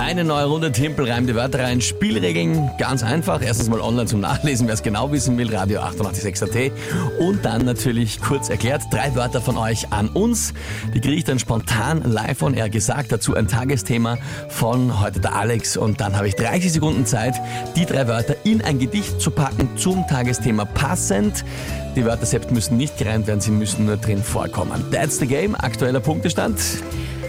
Eine neue Runde Tempel reimt die Wörter rein. Spielregeln ganz einfach. Erstens mal online zum Nachlesen, wer es genau wissen will, Radio 886 AT. Und dann natürlich kurz erklärt, drei Wörter von euch an uns. Die kriege ich dann spontan live on air gesagt. Dazu ein Tagesthema von heute der Alex. Und dann habe ich 30 Sekunden Zeit, die drei Wörter in ein Gedicht zu packen zum Tagesthema passend. Die Wörter selbst müssen nicht gereimt werden, sie müssen nur drin vorkommen. That's the game. Aktueller Punktestand.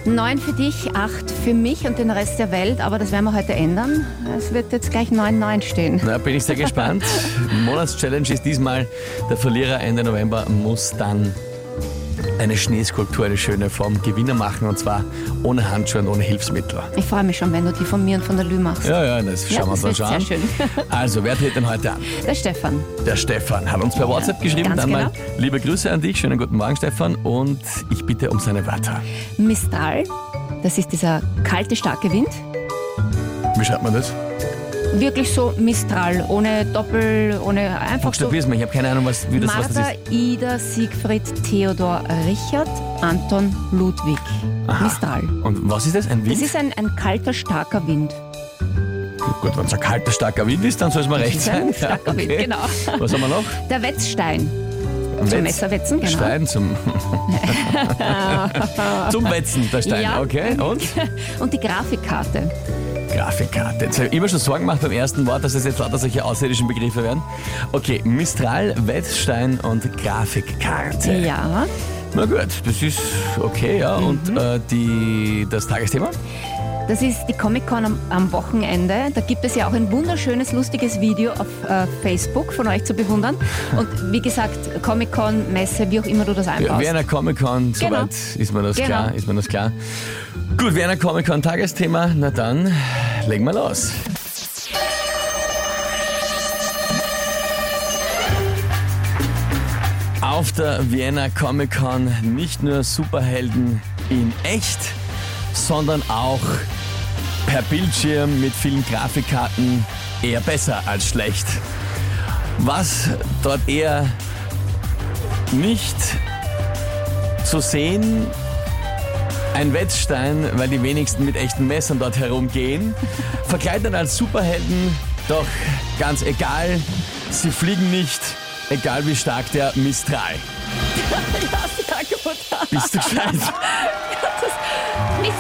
Neun für dich, acht für mich und den Rest der Welt, aber das werden wir heute ändern. Es wird jetzt gleich 9-9 stehen. Na, bin ich sehr gespannt. Monatschallenge ist diesmal, der Verlierer Ende November muss dann eine Schneeskulptur, eine schöne vom Gewinner machen und zwar ohne Handschuhe und ohne Hilfsmittel. Ich freue mich schon, wenn du die von mir und von der Lü machst. Ja, ja, das Ja, schauen wir uns dann das schon wird an. sehr schön. Also, wer tritt denn heute an? Der Stefan. Der Stefan hat uns per WhatsApp geschrieben. ganz Dann mal genau. liebe Grüße an dich, schönen guten Morgen, Stefan. Und ich bitte um seine Wörter. Mistral, das ist dieser kalte, starke Wind. Wie schreibt man das? Wirklich so Mistral, ohne Doppel, ohne einfach so. Buchstabier's mir, ich habe keine Ahnung, was, wie das, was das Martha, ist. Ida, Siegfried, Theodor, Richard, Anton, Ludwig. Mistral. Und was ist das? Ein Wind? Das ist ein, ein kalter, starker Wind. Gut, wenn es ein kalter, starker Wind ist, dann soll es mal recht ist ein sein. starker Wind, genau. Was haben wir noch? Der Wetzstein. Wetz- Zum Messerwetzen, genau. Stein zum. zum Wetzen, der Stein. Ja. Okay, und? Und die Grafikkarte. Grafikkarte. Jetzt habe ich immer schon Sorgen gemacht beim ersten Wort, dass es jetzt lauter solche außerirdischen Begriffe werden. Okay, Mistral, Wetzstein und Grafikkarte. Ja. Mhm. Na gut, das ist okay, ja. Und äh, die, das Tagesthema? Das ist die Comic-Con am, am Wochenende. Da gibt es ja auch ein wunderschönes, lustiges Video auf äh, Facebook von euch zu bewundern. Und wie gesagt, Comic-Con, Messe, wie auch immer du das Ja, einbaust. Werner Comic-Con, Genau. soweit ist mir das Genau. klar, ist mir das klar. Gut, Werner Comic-Con, Tagesthema, na dann, legen wir los. Auf der Vienna Comic Con nicht nur Superhelden in echt, sondern auch per Bildschirm mit vielen Grafikkarten eher besser als schlecht. Was dort eher nicht zu sehen. Ein Wetzstein, weil die wenigsten mit echten Messern dort herumgehen. Verkleidet als Superhelden, doch ganz egal. Sie fliegen nicht, egal wie stark der Mistral. ja, gut. Bist du gescheit? Mist.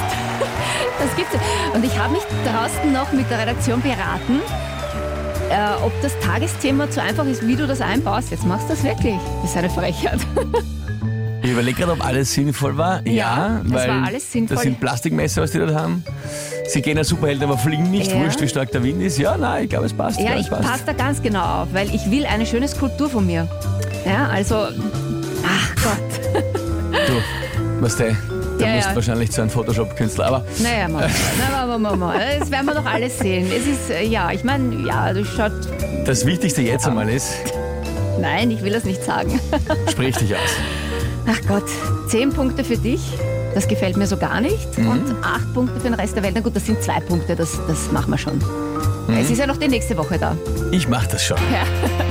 Das gibt's. ja. Und ich habe mich draußen noch mit der Redaktion beraten, äh, ob das Tagesthema zu einfach ist, wie du das einbaust. Jetzt machst du das wirklich. Das ist eine Frechheit. Ich überlege gerade, ob alles sinnvoll war. Ja, Ja, es weil war alles sinnvoll. das sind Plastikmesser, was die dort haben. Sie gehen als Superhelden, aber fliegen nicht. Ja. Wurscht, wie stark der Wind ist. Ja, nein, ich glaube, es passt. Ja, glaub, es ich passt. passe da ganz genau auf, weil ich will eine schöne Skulptur von mir. Ja, also, ach Gott. Du, weißt du, du Ja, musst ja. wahrscheinlich zu einem Photoshop-Künstler. Aber Naja, Mama, na, Mama, Mama, das werden wir doch alles sehen. Es ist, äh, ja, ich meine, ja, das schaut, das Wichtigste jetzt Ah. einmal ist, nein, ich will das nicht sagen. Sprich dich aus. Ach Gott, zehn Punkte für dich, das gefällt mir so gar nicht. Und acht Punkte für den Rest der Welt, na gut, das sind zwei Punkte, das, das machen wir schon. Es ist ja noch die nächste Woche da. Ich mach das schon. Ja.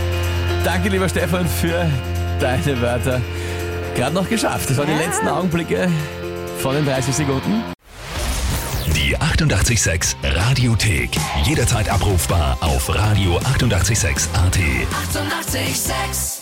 Danke, lieber Stefan, für deine Wörter. Gerade noch geschafft. Das waren die Ja. letzten Augenblicke von den 30 Sekunden. Die 886 Radiothek. Jederzeit abrufbar auf radio886.at. 886! 886. 886